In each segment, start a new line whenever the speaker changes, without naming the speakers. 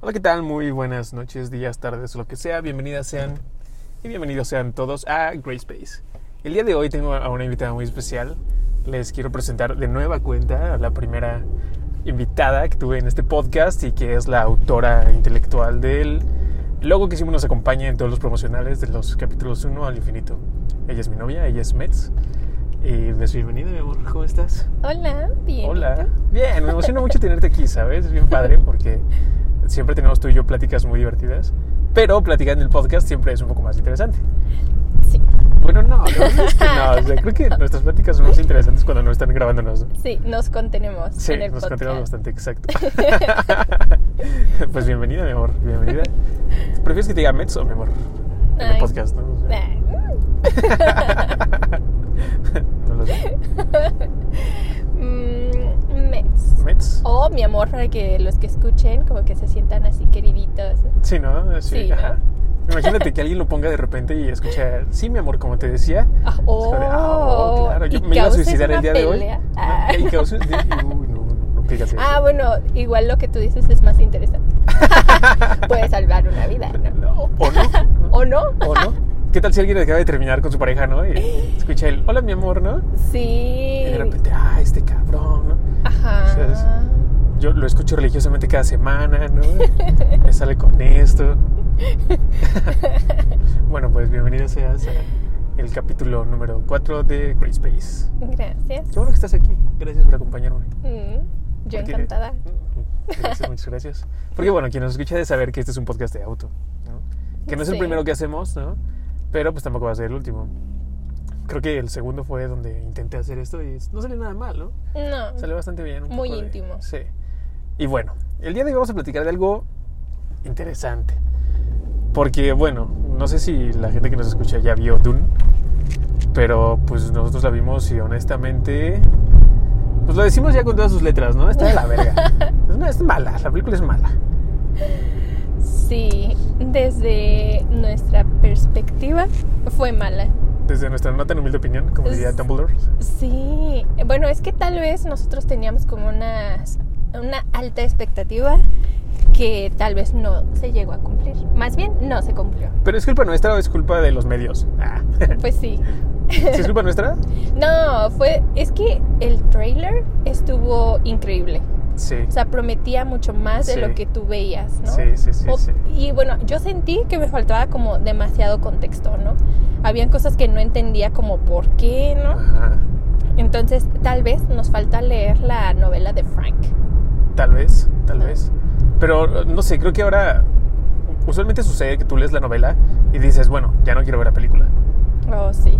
Hola, ¿qué tal? Muy buenas noches, días, tardes, lo que sea. Bienvenidas sean y bienvenidos sean todos a Great Space. El día de hoy tengo a una invitada muy especial. Les quiero presentar de nueva cuenta a la primera invitada que tuve en este podcast y que es la autora intelectual del logo que siempre nos acompaña en todos los promocionales de los capítulos 1 al infinito. Ella es mi novia, ella es Metz. Y pues bienvenida, mi amor, ¿cómo estás?
Hola, bien.
Hola. Bien, me emociona mucho tenerte aquí, ¿sabes? Es bien padre porque siempre tenemos tú y yo pláticas muy divertidas, pero platicar en el podcast siempre es un poco más interesante.
Sí,
Bueno, no, no, es que no, o sea, creo que nuestras pláticas son más interesantes cuando no están grabándonos. ¿no?
sí, nos contenemos
Sí,
en el
nos continuamos
podcast.
bastante, exacto. pues bienvenida, mi amor, bienvenida. ¿Prefieres que te diga Metz o mi amor? En el
Ay.
podcast, ¿no? O sea, no lo sé.
Mm, Mets.
¿Metz?
O mi amor, para que los que escuchen, como que se sientan así queriditos.
Sí, ¿no? Sí,
Sí, ¿no?
ajá. Imagínate que alguien lo ponga de repente y escucha, sí, mi amor, como te decía,
Ah,
Es como de, ah, oh,
oh,
claro, yo
y
me iba a
causes
suicidar el
una
día de hoy.
pelea.
No,
Ah.
y causas- y- uy, no, no, no digas eso.
Ah, bueno, igual lo que tú dices es más interesante. Puede salvar una vida, ¿no?
No, o no.
¿O no?
O no. ¿Qué tal si alguien acaba de terminar con su pareja, no? Y escucha el, hola, mi amor, ¿no? Y
Sí.
de repente, ah, este cabrón, ¿no? ¿sabes?
Ajá.
Yo lo escucho religiosamente cada semana, ¿no? Me sale con esto. bueno, pues bienvenido seas a el capítulo número 4 de Great Space.
Gracias.
Qué bueno que estás aquí. Gracias por acompañarme.
Mm, yo
Porque-
encantada.
mm. Gracias, muchas gracias. Porque bueno, quien nos escucha de saber que este es un podcast de auto, ¿no? Que no es el
Sí.
primero que hacemos, ¿no? Pero pues tampoco va a ser el último. Creo que el segundo fue donde intenté hacer esto y no salió nada mal, ¿no?
No.
Salió bastante bien. un
Muy
poco de-
íntimo.
sí. Y bueno, el día de hoy vamos a platicar de algo interesante. Porque bueno, no sé si la gente que nos escucha ya vio Dune, pero pues nosotros la vimos y honestamente, pues lo decimos ya con todas sus letras, ¿no? Está de la verga. Es, una- es mala, la película es mala.
Sí, desde nuestra perspectiva fue mala.
Desde nuestra no tan humilde opinión, como diría
Es-
Dumbledore.
Sí, bueno, es que tal vez nosotros teníamos como una, una alta expectativa que tal vez no se llegó a cumplir. Más bien, no se cumplió.
Pero es culpa nuestra o es culpa de los medios. Ah.
Pues sí.
¿Sí ¿Es culpa nuestra?
No, fue, es que el trailer estuvo increíble.
Sí.
O sea, prometía mucho más de
Sí.
lo que tú veías, ¿no?
Sí, sí, sí,
O-
sí.
Y bueno, yo sentí que me faltaba como demasiado contexto, ¿no? Habían cosas que no entendía como por qué, ¿no?
Ajá.
Entonces, tal vez nos falta leer la novela de Frank.
Tal vez, tal vez. Pero no sé, creo que ahora usualmente sucede que tú lees la novela y dices, bueno, ya no quiero ver la película.
Oh, sí.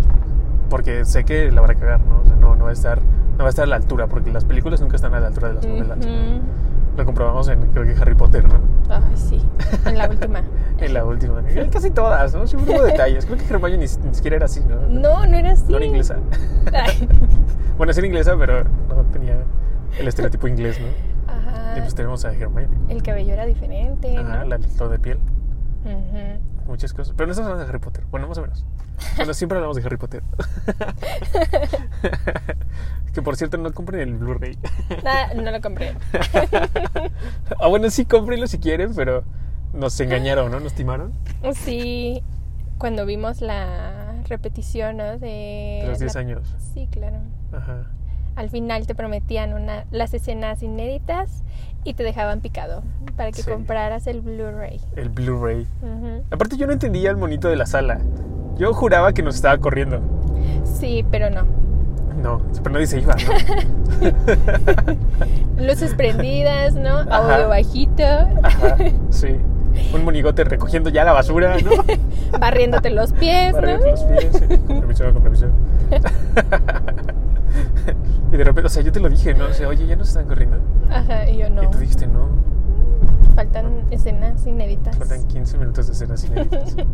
Porque sé que la van a cagar, ¿no? O sea, no, no va a estar, no va a estar a la altura, porque las películas nunca están a la altura de las novelas.
Ujú.
Lo comprobamos en, creo que Harry Potter, ¿no?
Ay, sí. En la última.
En la última. En casi todas, ¿no? Siempre hubo detalles. Creo que Hermione ni, ni siquiera era así, ¿no?
No, no era así.
No era inglesa.
Ay.
Bueno, sí era inglesa, pero no tenía el estereotipo inglés, ¿no? Y
Ajá.
pues tenemos a Hermione.
El cabello era diferente,
Ajá,
Ah. ¿no?
la, lo de piel.
Ujú.
muchas cosas. Pero no estamos hablando de Harry Potter. Bueno, más o menos. Bueno, siempre hablamos de Harry Potter. que por cierto, no compren el Blu-ray.
Nada, no lo compré.
ah, bueno, sí, cómprenlo si quieren, pero nos engañaron, ¿no? Nos timaron.
Sí, cuando vimos la repetición, ¿no? De...
De los 10
Eh, la-
años.
Sí, claro.
Ajá.
Al final te prometían una, las escenas inéditas y te dejaban picado para que
Sí.
compraras el Blu-ray.
El Blu-ray.
Ujú.
Aparte, yo no entendía el monito de la sala. Yo juraba que nos estaba corriendo.
Sí, pero no.
No, pero nadie se iba, ¿no?
Luces prendidas, ¿no?
Ajá.
Audio bajito,
Ajá, sí. Un monigote recogiendo ya la basura, ¿no?
barriéndote los pies,
Para
¿no?
abrirte los pies, sí. Con permiso, con permiso. y de repente, o sea, yo te lo dije, ¿no? O sea, oye, ya nos están corriendo.
Ajá, y yo no.
Y tú dijiste, no,
Faltan escenas inéditas.
faltan 15 minutos de escenas inéditas.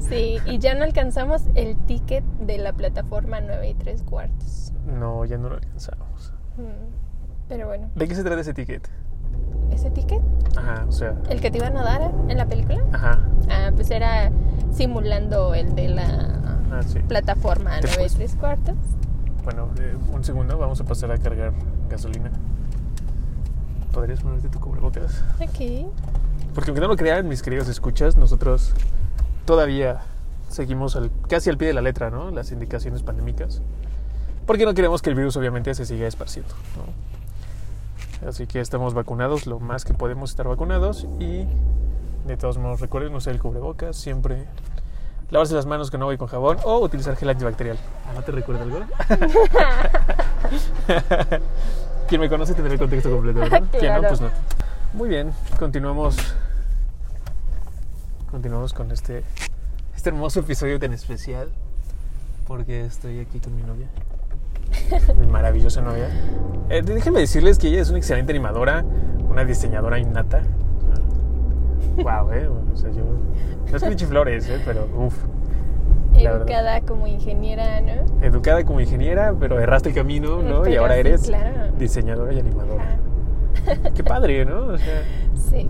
Sí, y ya no alcanzamos el ticket de la plataforma 9 y 3 cuartos.
no, ya no lo alcanzamos.
Mm. Pero bueno,
¿De qué se trata ese ticket?
ese ticket,
Ajá, o sea,
el que te iban a dar en la película,
ajá,
ah, pues era simulando el de la
ah, sí.
plataforma
Te
9 y
pus-
3 cuartos.
Bueno, eh, un segundo, vamos a pasar a cargar gasolina. podrías ponerte tu cubrebocas.
Ok.
Porque aunque no lo crean, mis queridos escuchas, nosotros todavía seguimos al- casi al pie de la letra, ¿no? Las indicaciones pandémicas. Porque no queremos que el virus obviamente se siga esparciendo, ¿no? Así que estamos vacunados, lo más que podemos estar vacunados y de todos modos recuerden usar el cubrebocas, siempre lavarse las manos con agua y con jabón o utilizar gel antibacterial. Ah, ¿No te recuerda algo? Quien me conoce tendrá el contexto completo, ¿verdad? Quien no,
Claro.
pues no. Muy bien, continuamos. Continuamos con este, este hermoso episodio tan especial. Porque estoy aquí con mi novia. mi maravillosa novia. Eh, déjenme decirles que ella es una excelente animadora, una diseñadora innata. Wow, eh. O sea, yo. No es que le eche flores, eh, pero uff. La verdad.
Educada como ingeniera, ¿no?
Educada como ingeniera, pero erraste el camino, ¿no? y
Pero
ahora
sí,
eres
Claro. Ah.
diseñadora y
Ajá.
animadora. Qué padre, ¿no? O sea,
Ah, Sí.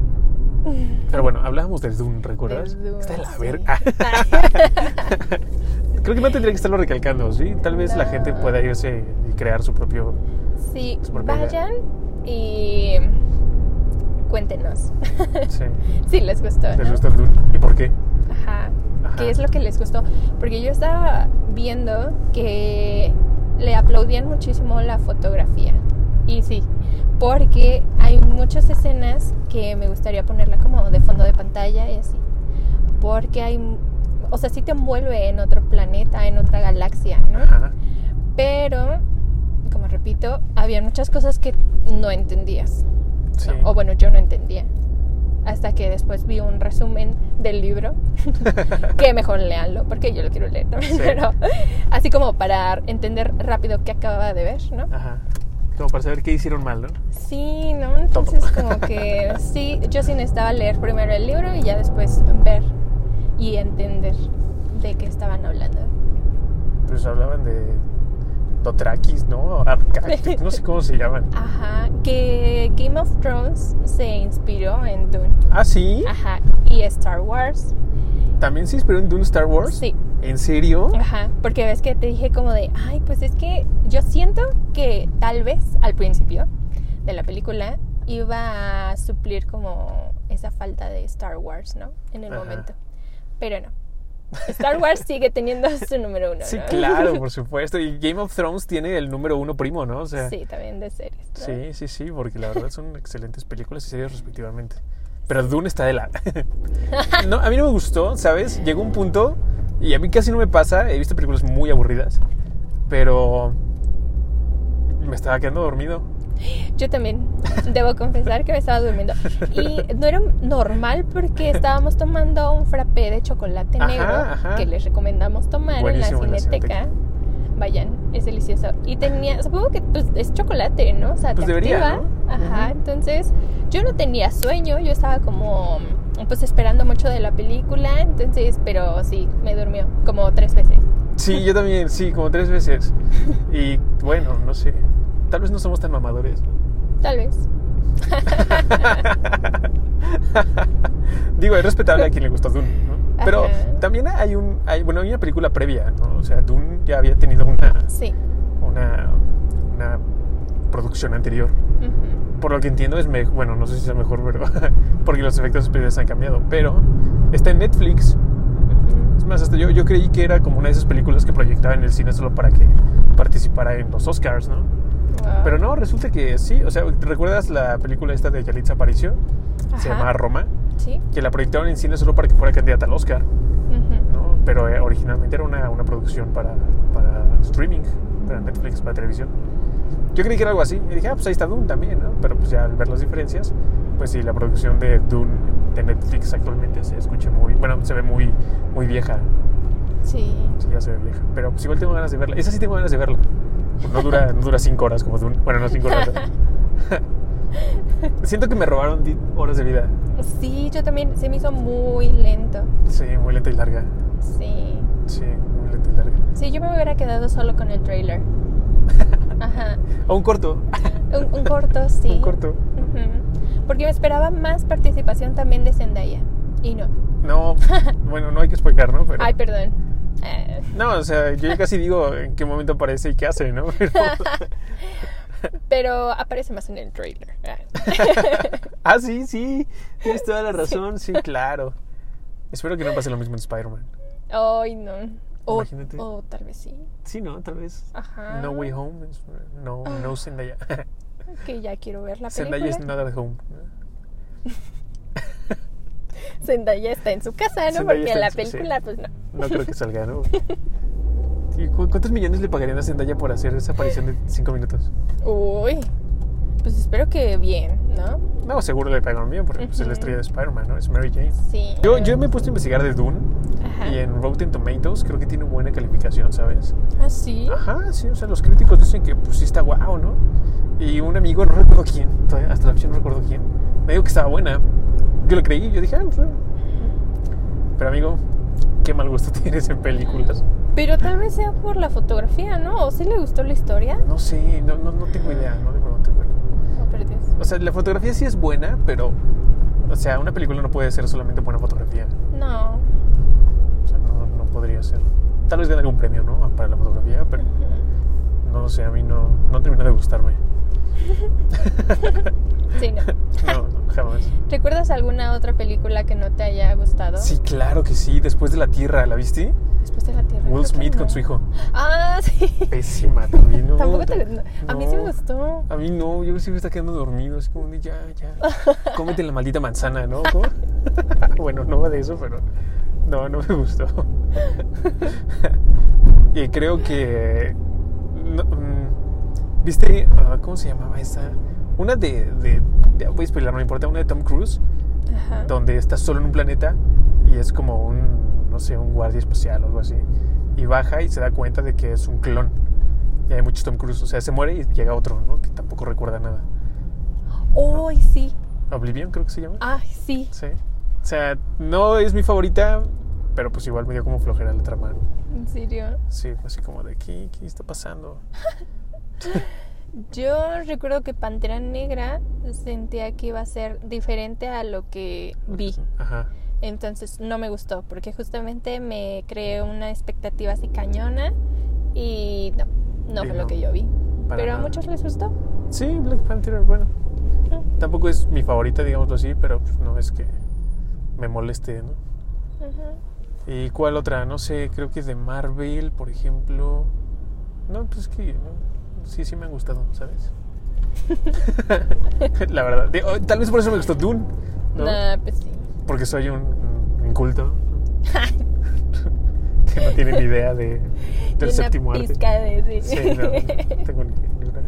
pero bueno, hablábamos del Doom, ¿recuerdas?
Del Dune,
Está de la
sí. Ah.
verga. Creo que no tendría que estarlo recalcando, ¿sí? Tal vez la
No.
gente pueda irse y crear su propio...
Sí,
Es Pues, por primera.
vayan y cuéntenos
Sí,
si les gustó.
¿Les
¿no?
gusta el Doom? ¿Y por qué?
Ajá.
Ajá.
¿Qué es lo que les gustó? Porque yo estaba viendo que le aplaudían muchísimo la fotografía. Y sí, porque hay muchas escenas que me gustaría ponerla como de fondo de pantalla y así. Porque hay, o sea, sí te envuelve en otro planeta, en otra galaxia, ¿no?
Ajá.
Pero, como repito, había muchas cosas que no entendías.
Sí.
¿no? O bueno, yo no entendía. Hasta que después vi un resumen del libro. que mejor leanlo, porque yo lo quiero leer también.
Sí.
Pero así como para entender rápido qué acababa de ver, ¿no?
Ajá. Como para saber qué hicieron mal, ¿no?
Sí, ¿no? Entonces como que sí, yo sí necesitaba leer primero el libro y ya después ver y entender de qué estaban hablando.
Pues hablaban de... Dotrakis, ¿no? Arcactus, no sé cómo se llaman.
Ajá, que Game of Thrones se inspiró en Dune.
Ah, ¿sí?
Ajá, y Star Wars.
¿También se inspiró en Dune Star Wars?
Sí,
¿En serio?
ajá, porque ves que te dije como de, ay, pues es que yo siento que tal vez al principio de la película iba a suplir como esa falta de Star Wars, ¿no? En el
Ajá.
momento. Pero no. Star Wars sigue teniendo su número uno.
Sí,
¿no?
claro, por supuesto. Y Game of Thrones tiene el número uno primo, ¿no? O sea,
Sí, también de series. ¿no?
sí, sí, sí, porque la verdad son excelentes películas y series respectivamente. Pero Dune está de la... no, a mí no me gustó, ¿sabes? Llegó un punto, y a mí casi no me pasa, he visto películas muy aburridas, pero me estaba quedando dormido.
Yo también. Debo confesar que me estaba durmiendo. Y no era normal porque estábamos tomando un frappé de chocolate
Ajá,
negro
ajá.
que les recomendamos tomar
Buenísimo
en la cineteca. Vayan, es delicioso. Y tenía, supongo que pues, es chocolate, ¿no? O sea,
Pues
te
debería,
activa.
¿no?
Ajá,
Ujú.
entonces yo no tenía sueño, yo estaba como pues esperando mucho de la película, entonces, pero sí, me durmió como tres veces.
Sí, yo también, sí, como tres veces. Y bueno, no sé, tal vez no somos tan mamadores. ¿no?
Tal vez.
Digo, es respetable a quien le gusta Dune, ¿no? Pero
Ajá.
también hay un... Hay, bueno, hay una película previa, ¿no? O sea, Dune ya había tenido una,
Sí.
una, una producción anterior.
Ujú.
Por lo que entiendo es mejor... Bueno, no sé si es mejor, pero... porque los efectos especiales han cambiado. Pero está en Netflix.
Ujú.
Es más, hasta yo, yo creí que era como una de esas películas que proyectaban en el cine solo para que participara en los Oscars, ¿no?
Wow.
Pero no, resulta que sí. O sea, ¿te ¿recuerdas la película esta de Yalitza Aparicio? Se
Ajá.
llama Roma.
Sí.
Que la proyectaron en cine solo para que fuera candidata al Oscar.
Ujú.
¿no? Pero eh, originalmente era una, una producción para, para streaming, para Netflix, para televisión. Yo creí que era algo así. Y dije, ah, pues ahí está Dune también, ¿no? Pero pues ya al ver las diferencias, pues sí, la producción de Dune de Netflix actualmente se escucha muy, bueno, se ve muy, muy vieja.
Sí.
Sí, ya se ve vieja. Pero pues igual tengo ganas de verla. Esa sí tengo ganas de verla. No dura, no dura cinco horas como Dune. Bueno, no cinco horas. Siento que me robaron di- horas de vida.
Sí, yo también se me hizo muy lento.
Sí, muy lenta y larga.
Sí.
Sí, muy lenta y larga.
Sí, yo me hubiera quedado solo con el trailer. Ajá.
O un corto.
Un, un corto, sí.
Un corto.
Ujú. Porque me esperaba más participación también de Zendaya. Y no.
No, bueno, no hay que spoiler, ¿no? Pero-
Ay, perdón. Eh,
no, o sea, yo ya casi digo en qué momento aparece y qué hace, ¿no? Pero-
Pero aparece más en el trailer.
ah, sí, sí. Tienes toda la razón. Sí, claro. Espero que no pase lo mismo en Spider-Man.
Ay, no. O,
Imagínate.
o tal vez sí.
Sí, ¿no? Tal vez.
Ajá. Ah.
No Way Home. es- No, no Zendaya.
Que ya quiero ver la película.
Zendaya is not at home.
Zendaya está en su casa, ¿no?
Zendaya
Porque
está en
la
su-
película,
sí.
pues no.
No creo que salga, ¿no? Sí, ¿cu- ¿Cuántos millones le pagarían a Zendaya por hacer esa aparición de 5 minutos?
Uy. Pues espero que bien, ¿no?
No, seguro le pagaron bien porque pues, es la
Ujú.
estrella de Spider-Man, ¿no? Es Mary Jane.
Sí.
Yo, yo me he puesto a investigar de Dune
Ajá.
y en Rotten Tomatoes creo que tiene buena calificación, ¿sabes?
Ah, sí.
Ajá, sí, o sea, los críticos dicen que pues sí está guau, ¿no? Y un amigo, no recuerdo quién, todavía hasta la fecha no recuerdo quién, me dijo que estaba buena. Yo lo creí, yo dije, ah, pues, bueno. Pero amigo, qué mal gusto tienes en películas.
Pero tal vez sea por la fotografía, ¿no? ¿O sí le gustó la historia?
No sé, no, no, no tengo idea, no recuerdo, no tengo idea.
No perdés.
O sea, la fotografía sí es buena, pero, o sea, una película no puede ser solamente buena fotografía.
No.
O sea, no, no podría ser. Tal vez gane algún premio, ¿no? Para la fotografía, pero no lo sé, a mí no, no termina de gustarme.
Sí, no.
No, no, jamás.
¿Recuerdas alguna otra película que no te haya gustado?
Sí, claro que sí. Después de la Tierra, ¿la viste?
Después de la Tierra. creo
Will
que
Smith con
no.
su hijo.
Ah, sí.
Pésima también. ¿no?
Tampoco te no. A mí sí me
No.
gustó.
A mí no, yo sí me está quedando dormido. Es como, de, ya, ya. Cómete la maldita manzana, ¿no? ¿Cómo? bueno, no va de eso, pero. No, no me gustó. y creo que. no, mm, ¿Viste? ah, ¿Cómo se llamaba esa? Una de. de, de- voy a spoiler, no me importa. Una de Tom Cruise,
Ajá.
donde está solo en un planeta y es como un. No sé, un guardia espacial o algo así. Y baja y se da cuenta de que es un clon. Y hay muchos Tom Cruise. O sea, se muere y llega otro, ¿no? Que tampoco recuerda nada.
Uy, sí.
Oblivion, creo que se llama.
Ay, sí.
Sí. O sea, no es mi favorita, pero pues igual me dio como flojera la trama. ¿no?
En serio.
Sí, fue así como de aquí, ¿qué está pasando?
Yo recuerdo que Pantera Negra sentía que iba a ser diferente a lo que vi.
Ajá.
Entonces no me gustó porque justamente me creé una expectativa así cañona y no, no
Y
fue
no,
lo que yo vi.
para
Pero a
nada.
muchos les gustó.
Sí, Black Panther, bueno.
Ujú.
Tampoco es mi favorita, digámoslo así, pero pues, no es que me moleste, ¿no?
Ujú.
¿Y cuál otra? No sé, creo que es de Marvel, por ejemplo. No, pues es que no, sí, sí me han gustado, ¿sabes? la verdad. De- oh, tal vez por eso me gustó Dune, ¿no?
Nah, pues sí.
Porque soy un, un inculto. que no tienen idea de,
Y
del
una
séptimo arte.
pizca de-
Sí, no, no tengo ni, ni una,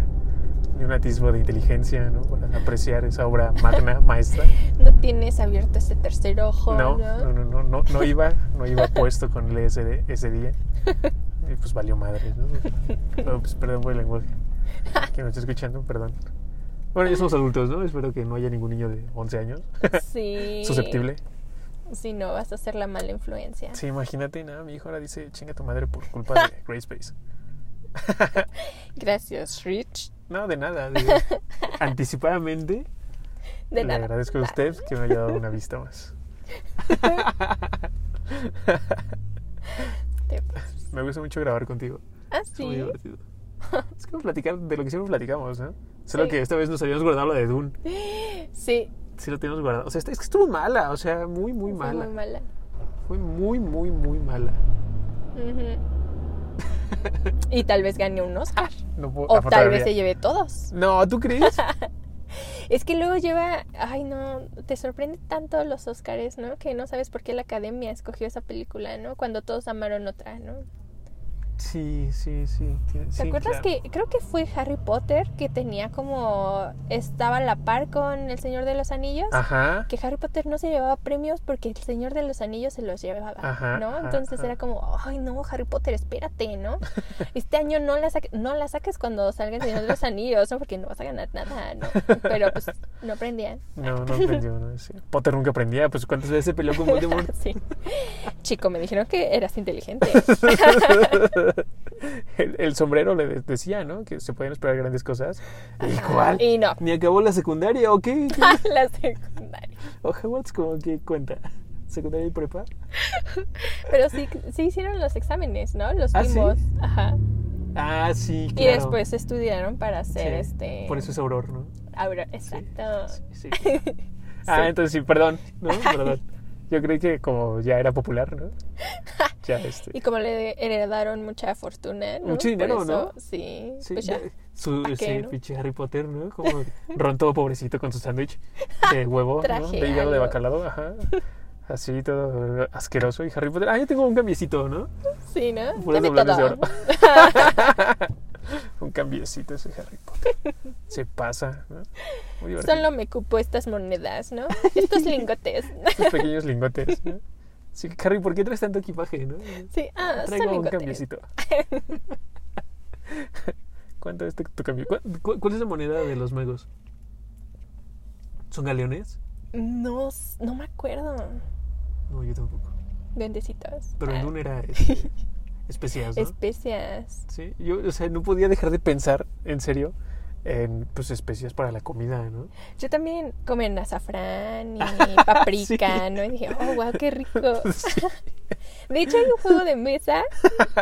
ni un atisbo de inteligencia, ¿no? Para apreciar esa obra magna, maestra.
No tienes abierto ese tercer ojo,
No,
¿no?
no, no, no, no, no iba, no iba puesto con el ESD ese día. Y pues valió madre, ¿no? Pero, pues, perdón por el lenguaje. Que me está escuchando, perdón. Bueno, ya somos adultos, ¿no? Espero que no haya ningún niño de 11 años
Sí.
susceptible.
Si no, vas a ser la mala influencia.
Sí, imagínate, nada, mi hijo ahora dice, chinga tu madre por culpa de Grey Space.
Gracias, Rich.
No, de nada. digo, anticipadamente,
De
le
nada.
agradezco a usted que me haya dado una vista más.
Te pasas.
me gusta mucho grabar contigo.
Ah,
Es muy
sí.
divertido. Es como platicar de lo que siempre platicamos, ¿no? Solo
Sí.
que esta vez nos habíamos guardado la de Dune.
Sí.
Sí, lo teníamos guardado. O sea, esta- es que estuvo mala, o sea, muy, muy
fue
mala.
Muy mala.
Fue muy, muy, muy mala.
Ujú. y tal vez gane un Oscar.
No puedo-
O
la
tal vez
fotografía.
se lleve todos.
No, ¿tú crees?
Es que luego lleva. Ay, no. Te sorprende tanto los Oscars, ¿no? Que no sabes por qué la academia escogió esa película, ¿no? Cuando todos amaron otra, ¿no?
Sí, sí, sí. tiene-
¿Te
sí,
acuerdas
claro.
que creo que fue Harry Potter que tenía como. Estaba a la par con El Señor de los Anillos?
Ajá.
que Harry Potter no se llevaba premios porque el Señor de los Anillos se los llevaba,
Ajá,
¿no?
ajá,
Entonces
ajá.
era como, ay no, Harry Potter, espérate, ¿no? Este año no la, saques, no la saques cuando salga el Señor de los Anillos, ¿no? Porque no vas a ganar nada, ¿no? Pero pues no aprendían.
No, no aprendió, no sí. Potter nunca aprendía, pues cuántas veces se peleó con Voldemort.
Sí. Chico, me dijeron que eras inteligente.
el, el sombrero le de- decía, ¿no? Que se pueden esperar grandes cosas. ¿Y cuál?
Y no,
¿Ni acabó la secundaria o qué?
la secundaria.
¿O Hogwarts como que cuenta? ¿Secundaria y prepa?
Pero sí, sí hicieron los exámenes, ¿no? Los
¿Ah, sí?
timos. Ajá.
Ah, sí,
Y
claro.
después estudiaron para
Sí,
hacer este.
Por eso es auror, ¿no?
Aurora-
Sí,
Exacto.
sí, sí. Ah, entonces sí, perdón, ¿no? Perdón. Yo creí que como ya era popular, ¿no? Ya este.
Y como le heredaron mucha fortuna, ¿no?
Mucho dinero,
Por eso,
¿no?
Sí.
Sí,
pues ya.
ya- su
¿pa' qué,
ese
no?
pinche Harry Potter, ¿no? Como Ron todo pobrecito con su sándwich de huevo, ¿no?
Traje
De hígado de
algo.
bacalao, ajá. Así todo asqueroso. Y Harry Potter, ah, yo tengo un cambiecito, ¿no?
Sí, ¿no?
Puros
Dame
doblones de
todo.
oro. un cambiecito ese Harry Potter. Se pasa, ¿no? Muy divertido.
Solo me cupo estas monedas, ¿no? Estos lingotes.
Esos pequeños lingotes, ¿no? Sí, Harry, ¿por qué traes tanto equipaje, no?
Sí, ah, son
Traigo un
lingotes.
cambiecito. ¿Cuánto es tu tu cambio? ¿Cuál, cu- cuál es la moneda de los magos? ¿Son galeones?
No, s- no me acuerdo.
No, yo tampoco.
Duendecitos.
Pero en
Ah,
un era este, especias, ¿no?
Especias.
Sí, yo, o sea, no podía dejar de pensar, en serio, en pues especias para la comida, ¿no?
Yo también comen azafrán y paprika, ¿no? Y dije, oh, wow, qué rico.
Sí.
De hecho, hay un juego de mesa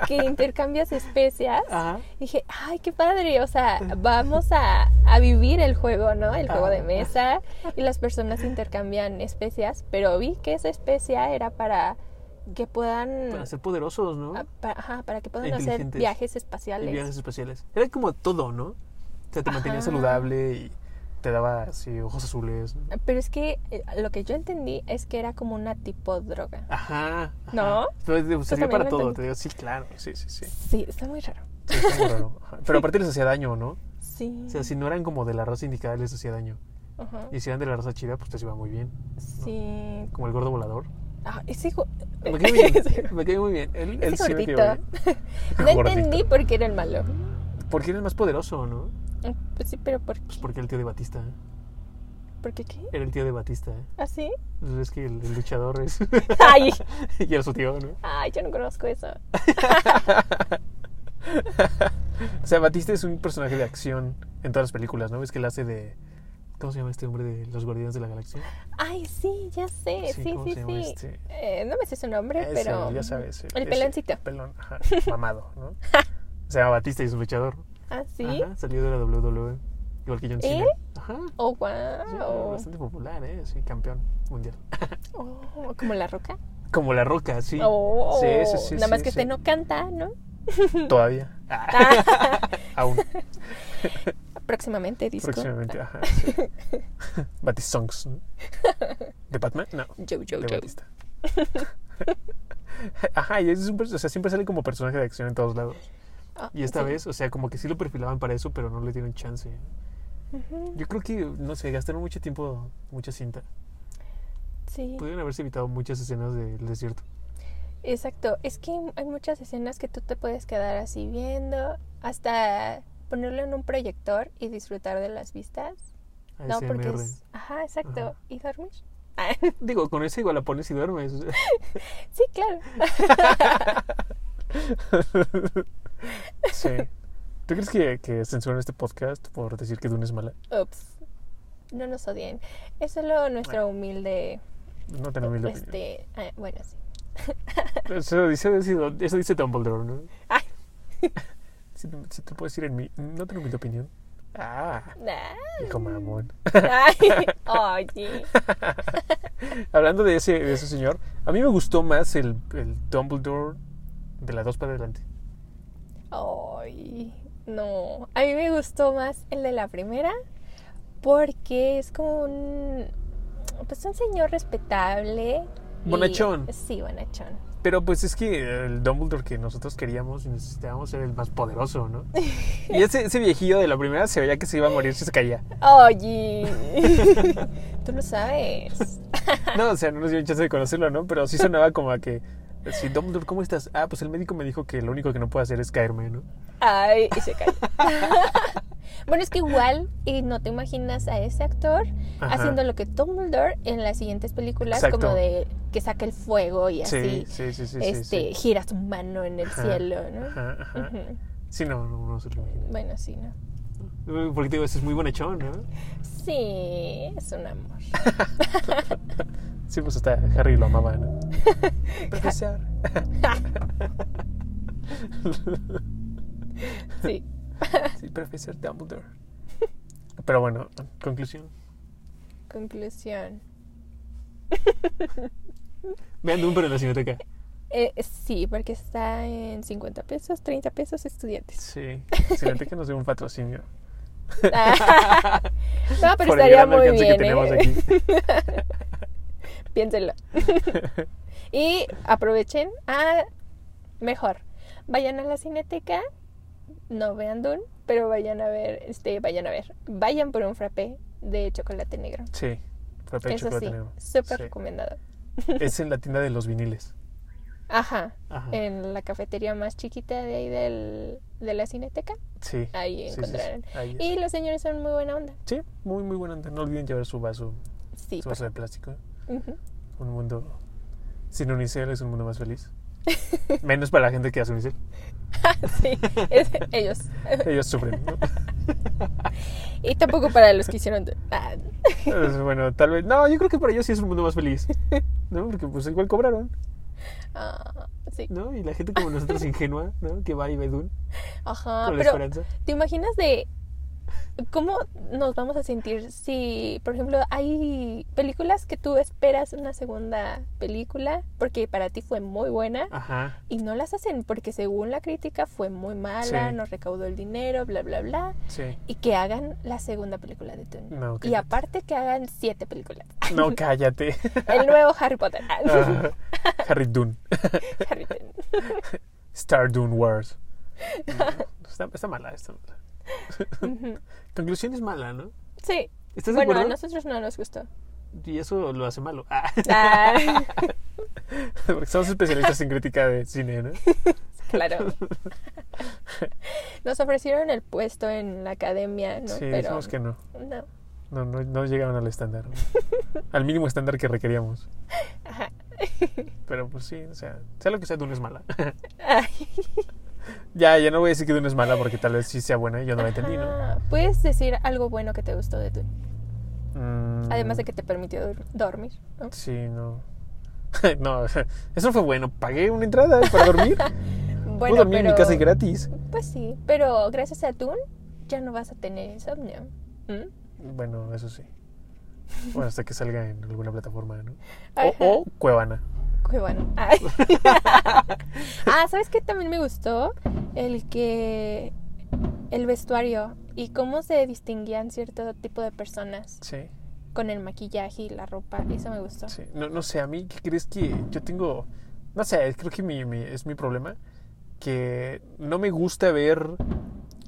que intercambias especias.
Ajá.
Dije, ay, qué padre, o sea, vamos a, a vivir el juego, ¿no? El juego de
Ah.
mesa y las personas intercambian especias, pero vi que esa especia era para que puedan...
Para ser poderosos, ¿no? E
a- pa- ajá, para que puedan hacer
Inteligentes.
viajes
Y
espaciales.
viajes espaciales. Era como todo, ¿no? O sea, te mantenía
Ajá.
saludable y te daba así ojos azules. ¿no?
Pero es que eh, lo que yo entendí es que era como una tipo droga.
Ajá. ajá.
¿No?
Pero te
también
gustaría para
lo
todo,
entendí.
te digo, sí, claro, sí, sí, sí.
Sí, está muy raro.
Sí, está muy raro. Ajá. Pero aparte les hacía daño, ¿no?
Sí.
O sea, si no eran como de la raza indicada, les hacía daño.
Ajá.
Y si eran de la raza chida, pues te iba muy bien.
Sí.
Como el gordo volador.
Ah, ese ju-
Me cae bien,
ese-
me cae muy bien. Él, él
ese
sí me
gordito.
cae bien.
No
Gordito.
entendí por qué era el malo.
Porque era el más poderoso, ¿no?
Pues sí, pero ¿por
Pues
qué?
porque era el tío de Batista. ¿eh?
¿Por qué qué? ¿Ah,
Era el tío de Batista.
¿Así?
Pues es que el, el luchador es...
Ay,
y era su tío, ¿no?
ay, yo no conozco eso.
o sea, Batista es un personaje de acción en todas las películas, ¿no? Es que él hace de... ¿Cómo se llama este hombre de los Guardianes de la Galaxia?
Ay, sí, ya sé, sí,
Sí,
sí,
¿cómo
sí.
se llama este?
Eh, no me sé su nombre,
Ese,
pero...
ya sabes.
El
ese,
peloncito.
Pelón, ajá, mamado, ¿no? Se llama Batista y es un luchador.
¿Ah, sí?
Ajá, salió de la WWE. Igual que John Cena.
¿Él?
Ajá.
Oh,
Sí,
wow.
Bastante popular, ¿eh? Sí, campeón mundial.
Oh, ¿Como la roca?
Como La Roca, sí.
Oh,
Sí, sí, sí,
Nada
sí,
más que
sí.
este no canta, ¿no?
Todavía.
Ah.
Aún.
Próximamente, disco.
Próximamente, ajá. sí. Batisongs. ¿no? ¿De Batman? No.
Yo, yo,
de
yo.
Batista. Ajá, y es un, pers- o sea, siempre sale como personaje de acción en todos lados.
Ah,
Y esta
sí.
vez, o sea, como que sí lo perfilaban para eso, pero no le dieron chance.
Ujú,
Yo creo que, no sé, gastaron mucho tiempo, mucha cinta.
Sí.
Pudieron haberse evitado muchas escenas del desierto.
Exacto, es que hay muchas escenas que tú te puedes quedar así viendo, hasta ponerlo en un proyector y disfrutar de las vistas. No, porque
ASMR.
es... Ajá, exacto.
Ajá.
¿Y dormir?
Digo, con eso igual la pones y duermes. o sea.
Sí, claro.
sí. ¿Tú crees que, que censuran este podcast por decir que Dune es mala?
Ups. No nos odien. Es solo nuestra humilde...
No tan humilde opinión.
este... ah, bueno, sí.
Eso dice, eso dice- eso dice Dumbledore, ¿no?
Ay.
Si, te- si te puedes ir en mi... No tan humilde opinión. Ah,
Ah.
viejo mamón.
Ay, oye.
Hablando de ese, de ese señor, a mí me gustó más el, el Dumbledore de las dos para adelante.
Ay, no. A mí me gustó más el de la primera porque es como un. Pues un señor respetable. y-
Bonachón.
sí, bonachón.
Pero pues es que el Dumbledore que nosotros queríamos y necesitábamos era el más poderoso, ¿no? Y ese, ese viejillo de la primera se veía que se iba a morir si se caía.
Oye. Tú lo sabes.
No, o sea, no nos dio chance de conocerlo, ¿no? Pero sí sonaba como a que, sí, Dumbledore, ¿cómo estás? Ah, pues el médico me dijo que lo único que no puedo hacer es caerme, ¿no?
Ay, y se cae. bueno, es que igual y no te imaginas a ese actor
Ajá.
haciendo lo que Dumbledore en las siguientes películas,
Exacto.
como de que saca el fuego y así.
Sí, sí, sí, sí. sí,
este,
sí.
gira su mano en el
Ajá,
cielo, ¿no?
Ajá, ajá.
Ujú.
Sí, no, no, no se lo imagina.
Bueno, sí, ¿no?
Porque te digo, ese es muy bonachón, ¿no?
Sí, es un amor.
Sí, pues hasta Harry lo amaba, ¿no? Profesor.
Sí.
Sí, profesor Dumbledore. Pero bueno, conclusión.
Conclusión.
Vean Doom, pero en la Cineteca.
Eh, sí, porque está en 50 pesos, 30 pesos estudiantes.
Sí, Cineteca nos dio un patrocinio.
Ah, no, pero
Por el
estaría
gran
muy
alcance
bien.
que tenemos
¿eh?
aquí.
Piénsenlo. y aprovechen a mejor. Vayan a la cineteca, no vean Dune, pero vayan a ver, este, vayan a ver. Vayan por un frappé de chocolate negro.
Sí, frappé de
Eso
chocolate
sí,
negro.
súper
Sí.
recomendado.
Es en la tienda de los viniles.
Ajá,
Ajá.
en la cafetería más chiquita de ahí del, de la cineteca,
sí.
ahí
Sí, sí, sí,
encontrarán.
ahí es.
Y los señores son muy buena onda.
Sí, muy, muy buena onda. No olviden llevar su vaso,
Sí,
su vaso de plástico.
por- ujú.
Un mundo sin unicel es un mundo más feliz. Menos para la gente que hace unicel.
sí, es- ellos.
Ellos sufren. ¿no?
Y tampoco para los que hicieron. de- Ah,
Entonces, bueno, tal vez. No, yo creo que para ellos sí es un mundo más feliz. ¿No? Porque pues igual cobraron,
ah, sí.
¿no? Y la gente como nosotros ingenua, ¿no? Que va y ve Dune
Ajá,
con la
Ah, pero
esperanza.
¿te imaginas de cómo nos vamos a sentir si, por ejemplo, hay películas que tú esperas una segunda película porque para ti fue muy buena
Ajá.
y no las hacen porque según la crítica fue muy mala,
Sí.
no recaudó el dinero, bla, bla, bla,
Sí.
y que hagan la segunda película de Dune.
No,
Y
cállate.
aparte que hagan siete películas.
No, cállate.
El nuevo Harry Potter. Ah,
Ah, Harry Dune.
Harry Potter.
Star Dune Wars. No, está, está mala, está mala.
Ujú.
Conclusión es mala, ¿no?
Sí.
¿Estás de
bueno, a
acuerdo?
nosotros no nos gustó.
Y eso lo hace malo. Ah,
Ah,
porque somos especialistas en crítica de cine, ¿no?
claro. Nos ofrecieron el puesto en la academia, ¿no?
sí,
Pero
dijimos que no.
no.
No, no, no llegaron al estándar. al mínimo estándar que requeríamos.
Ajá.
Pero pues sí, o sea, sea lo que sea, Dune es mala.
Ay.
ya, ya no voy a decir que Dune es mala porque tal vez sí sea buena y yo no la entendí, ¿no?
Ajá. Ah, Puedes decir algo bueno que te gustó de Dune.
Mm,
Además de que te permitió dur- dormir, ¿no?
Sí, no. no, eso fue bueno. Pagué una entrada para dormir. Puedo
Bueno,
dormir en mi casa y
pero
gratis.
pues sí, pero gracias a Dune ya no vas a tener insomnio. ¿Mm?
Bueno, eso sí. Bueno, hasta que salga en alguna plataforma, ¿no?
Ajá.
O, o Cuevana.
Qué bueno. Ay. ah, ¿sabes qué también me gustó? El que. El vestuario y cómo se distinguían cierto tipo de personas
Sí,
con el maquillaje y la ropa. Eso me gustó.
sí. No, no sé, a mí, ¿qué crees que yo tengo? No sé, creo que mi, mi- es mi problema. Que no me gusta ver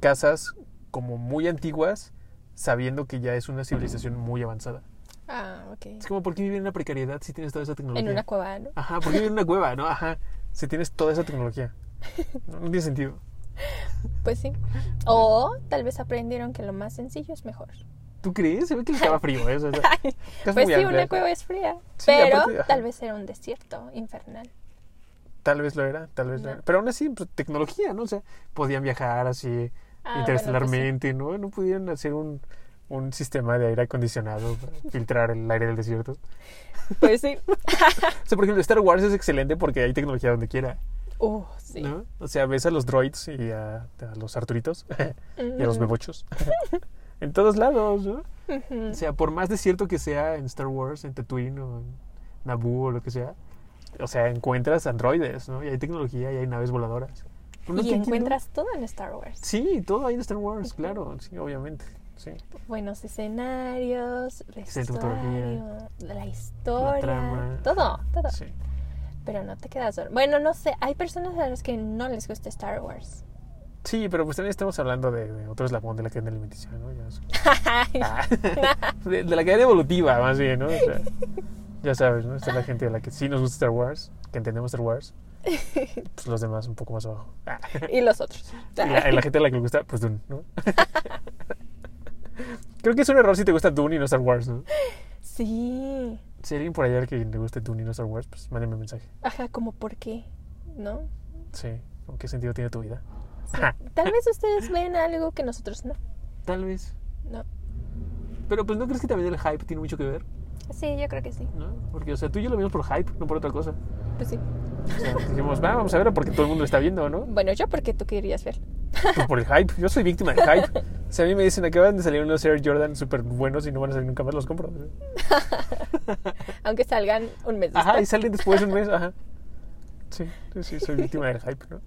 casas como muy antiguas sabiendo que ya es una civilización muy avanzada.
Ah, ok.
Es como, ¿por qué vivir en la precariedad si tienes toda esa tecnología?
En una cueva, ¿no?
Ajá, ¿por qué vivir en una cueva, no? Ajá, si tienes toda esa tecnología. No, no tiene sentido.
Pues sí. O tal vez aprendieron que lo más sencillo es mejor.
¿Tú crees? Se ve que les estaba frío eso. o sea, casas
Pues
muy
sí,
amplias.
una cueva es fría.
Sí,
pero
aparte, ajá.
tal vez era un desierto infernal.
Tal vez lo era, tal vez lo
No.
era. Pero aún así, pues, tecnología, ¿no? O sea, podían viajar así
Ah, bueno, pues
interestelarmente, ¿no? No pudieron hacer un, un sistema de aire acondicionado para filtrar el aire del desierto.
pues sí. Pues
O sea, por ejemplo, Star Wars es excelente porque hay tecnología donde quiera,
sí. Uh, sí.
¿no? O sea, ves a los droids y a, a los arturitos y a los
Ujú.
bebochos. en todos lados, ¿no?
Ujú.
O sea, por más desierto que sea en Star Wars, en Tatooine o en Naboo o lo que sea, o sea, encuentras androides, ¿no? Y hay tecnología y hay naves voladoras. Pero no
Y
te entiendo-
encuentras todo en Star Wars.
Sí, todo ahí en Star Wars, claro, sí, obviamente. Sí.
Buenos escenarios,
Excelente
vestuario, la
La
historia,
trama.
todo, todo.
Sí.
Pero no te quedas solo. Bueno, no sé, hay personas a las que no les gusta Star Wars.
Sí, pero pues también estamos hablando de, de otro eslabón de la cadena alimenticia, ¿no? Ya es- Ah, de, de la cadena evolutiva, más bien, ¿no? O sea, ya sabes, ¿no? Esta es la gente a la que sí nos gusta Star Wars, que entendemos Star Wars, pues los demás un poco más abajo. Ah.
y los otros.
Y la, y la gente a la que le gusta, pues Dune, ¿no? Creo que es un error si te gusta Dune y no Star Wars, ¿no?
Sí.
Si hay alguien por allá que le guste Dune y no Star Wars, pues mándeme un mensaje.
Ajá, como por qué, ¿no?
Sí, ¿o ¿qué sentido tiene tu vida?
Sí.
Ajá.
Tal vez ustedes ven algo que nosotros no.
Tal vez.
No.
Pero pues no crees que también el hype tiene mucho que ver,
Sí, yo creo que sí.
¿no? Porque, o sea, tú y yo lo vimos por hype, no por otra cosa.
Pues sí.
O sea, dijimos, "Va, vamos a verlo porque todo el mundo lo está viendo, ¿no?
Bueno, yo porque tú querías verlo.
Pues por el hype. Yo soy víctima del hype. Si a mí me dicen, acaban de salir unos Air Jordan súper buenos y no van a salir nunca más, los compro.
Aunque salgan un mes después.
Ajá, y salen después de un mes. Ajá. Sí, sí, sí, soy víctima del hype, ¿no?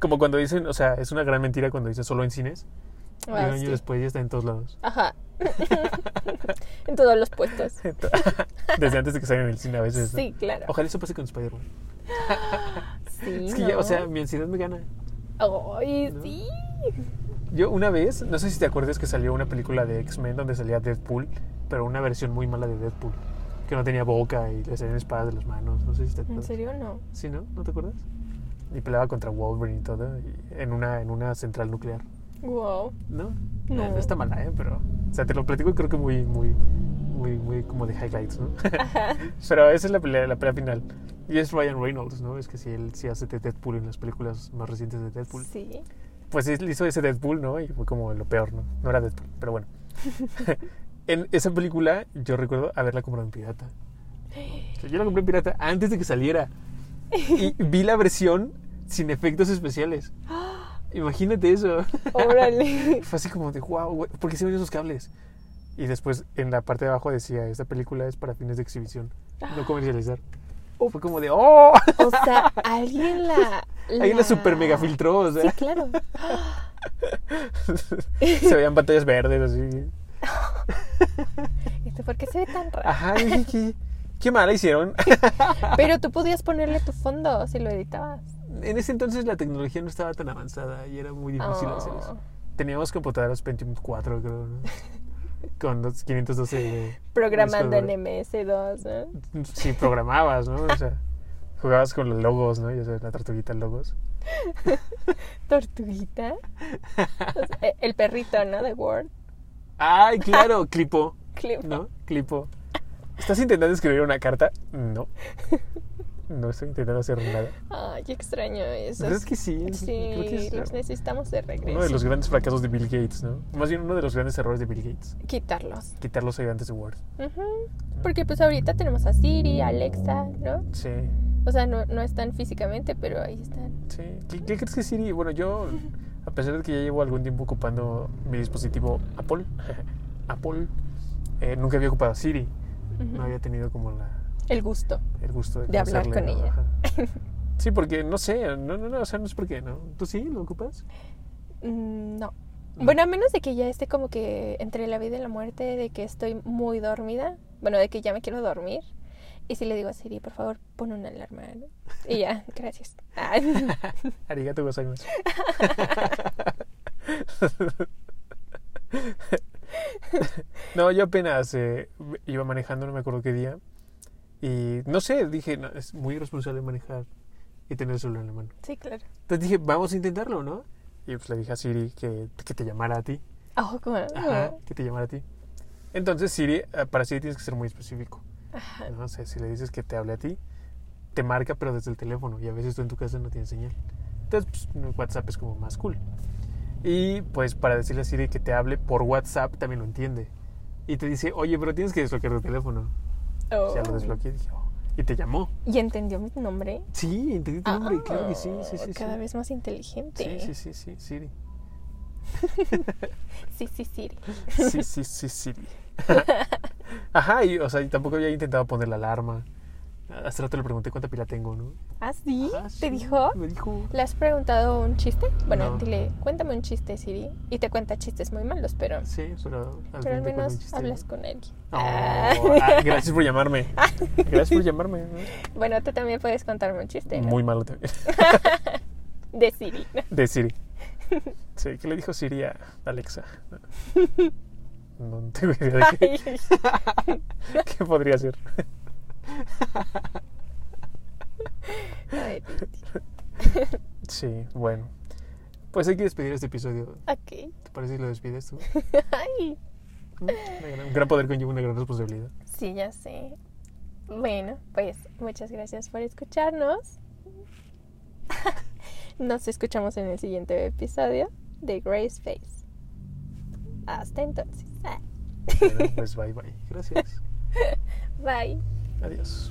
Como cuando dicen, o sea, es una gran mentira cuando dicen solo en cines. Y
Ah,
un año
sí.
después ya está en todos lados.
Ajá. en todos los puestos.
Desde antes de que salgan en el cine a veces. ¿no?
Sí, claro.
Ojalá eso pase con Spider-Man.
Sí,
Es que ya,
no.
o sea, mi ansiedad me gana.
Ay,
¿no?
sí.
Yo una vez, no sé si te acuerdas que salió una película de X-Men donde salía Deadpool, pero una versión muy mala de Deadpool, que no tenía boca y le salían espadas de las manos, no sé si te
¿En
acuerdas.
serio no?
Sí, ¿no? ¿No te acuerdas? Y peleaba contra Wolverine y todo, y en, una, en una central nuclear,
Wow.
¿no?
No.
Eh, está mala, ¿eh? Pero, o sea, te lo platico creo que muy, muy, muy, muy como de highlights, ¿no?
Ajá.
pero esa es la pelea, la pelea final. Y es Ryan Reynolds, ¿no? Es que si él sí hace de Deadpool en las películas más recientes de Deadpool.
Sí.
pues él hizo ese Deadpool, ¿no? Y fue como lo peor, ¿no? No era Deadpool, pero bueno. en esa película yo recuerdo haberla comprado en pirata. O sea, yo la compré en pirata antes de que saliera. Y vi la versión sin efectos especiales. Imagínate eso.
Órale.
Fue así como de, wow, güey, ¿por qué se ven esos cables? Y después en la parte de abajo decía, esta película es para fines de exhibición, no comercializar. Fue como de, oh,
O sea, alguien la.
ahí la super mega filtró. O sea.
Sí, claro.
se veían pantallas verdes así.
¿Esto Este, por qué se ve tan raro?
Ajá, yo dije, ¿qué, qué mala hicieron.
Pero tú podías ponerle tu fondo si lo editabas.
En ese entonces la tecnología no estaba tan avanzada y pues era muy difícil
Oh.
hacer eso. Teníamos computadoras Pentium 4, creo, ¿no? Con los 512. de-
Programando en
disco
MS2. ¿no?
duro. Sí, programabas, ¿no? O sea, jugabas con los logos, ¿no? Ya sabes, la tortuguita logos.
Tortuguita. O sea, eh, el perrito, ¿no? De Word.
¡Ay, claro! Clipo,
Clip.
¿no? Clipo. ¿Estás intentando escribir una carta? No. No estoy intentando hacer nada.
Ay, qué extraño eso.
Pero Pues es que sí.
Sí,
creo que es
los necesitamos de regreso.
uno de los grandes fracasos de Bill Gates, ¿no? Más bien uno de los grandes errores de Bill Gates.
Quitarlos.
quitar los ayudantes de Word.
Ujú.
Ah.
Porque pues ahorita tenemos a Siri, a Alexa, ¿no?
Sí,
O sea, no, no están físicamente, pero ahí están.
sí. ¿Qué, qué crees que Siri? Bueno, yo, a pesar de que ya llevo algún tiempo ocupando mi dispositivo Apple, Apple, eh, nunca había ocupado Siri.
Ujú.
No había tenido como la,
El gusto.
el gusto de,
De hablar
conocerle,
con
¿no?
ella.
Ajá. Sí, porque no sé, no, no, no, o sea, no sé por qué, ¿no? ¿Tú sí lo ocupas?
Mm, No. Bueno, a menos de que ya esté como que entre la vida y la muerte, de que estoy muy dormida, bueno, de que ya me quiero dormir. Y si le digo a Siri, por favor, pon una alarma. ¿no? Y ya, gracias. Ah,
Arigato gozaimasu. no, yo apenas eh, iba manejando, no me acuerdo qué día. Y no sé, dije, no, es muy irresponsable manejar y tener el celular en la mano.
sí, claro.
Entonces dije, vamos a intentarlo, ¿no? Y pues le dije a Siri que, que te llamara a ti.
Ah, como-
Ajá, que te llamara a ti. Entonces, Siri, eh, para Siri tienes que ser muy específico.
Ajá.
No sé, si le dices que te hable a ti, te marca, pero desde el teléfono. Y a veces tú en tu casa no tienes señal. Entonces, pues, WhatsApp es como más cool. Y pues, para decirle a Siri que te hable por WhatsApp, también lo entiende. Y te dice, oye, pero tienes que desbloquear tu teléfono. Pues, ya
Oh.
lo desbloqueé y dije, "Oh". Y te llamó.
¿Y entendió mi nombre?
Sí, entendí tu nombre,
Ah,
claro que sí, sí, sí.
Cada
sí.
vez más inteligente.
Sí, sí, sí, sí, Siri.
Sí, sí, Siri.
Sí, sí, sí, Siri. Ajá, y, o sea, y tampoco había intentado poner la alarma. Hace rato le pregunté cuánta pila tengo, ¿no?
¿Ah, sí?
Ah,
¿Te
sí,
dijo?
Me dijo.
¿Le has preguntado un chiste? Bueno,
No.
dile, cuéntame un chiste, Siri. Y te cuenta chistes muy malos, pero,
Sí, pero al
pero al
fin te cuento un
menos
chiste,
hablas
¿no?
con alguien.
Oh,
Ah.
ah, gracias por llamarme. Gracias por llamarme. ¿no?
Bueno, tú también puedes contarme un chiste, ¿no?
Muy malo también.
De Siri. ¿no?
De Siri. Sí, ¿qué le dijo Siri a Alexa? No, no tengo idea de qué,
Ay,
qué podría ser.
ay, Titi.
Sí, bueno. Pues hay que despedir este episodio.
ok.
¿Te parece si lo despides tú?
Ay,
Mm, una gran- Un gran poder conlleva una gran responsabilidad.
sí, ya sé. Bueno, pues muchas gracias por escucharnos. Nos escuchamos en el siguiente episodio de Grey Space. Hasta entonces. Ah,
Bueno, pues bye bye. Gracias.
Bye.
Adiós.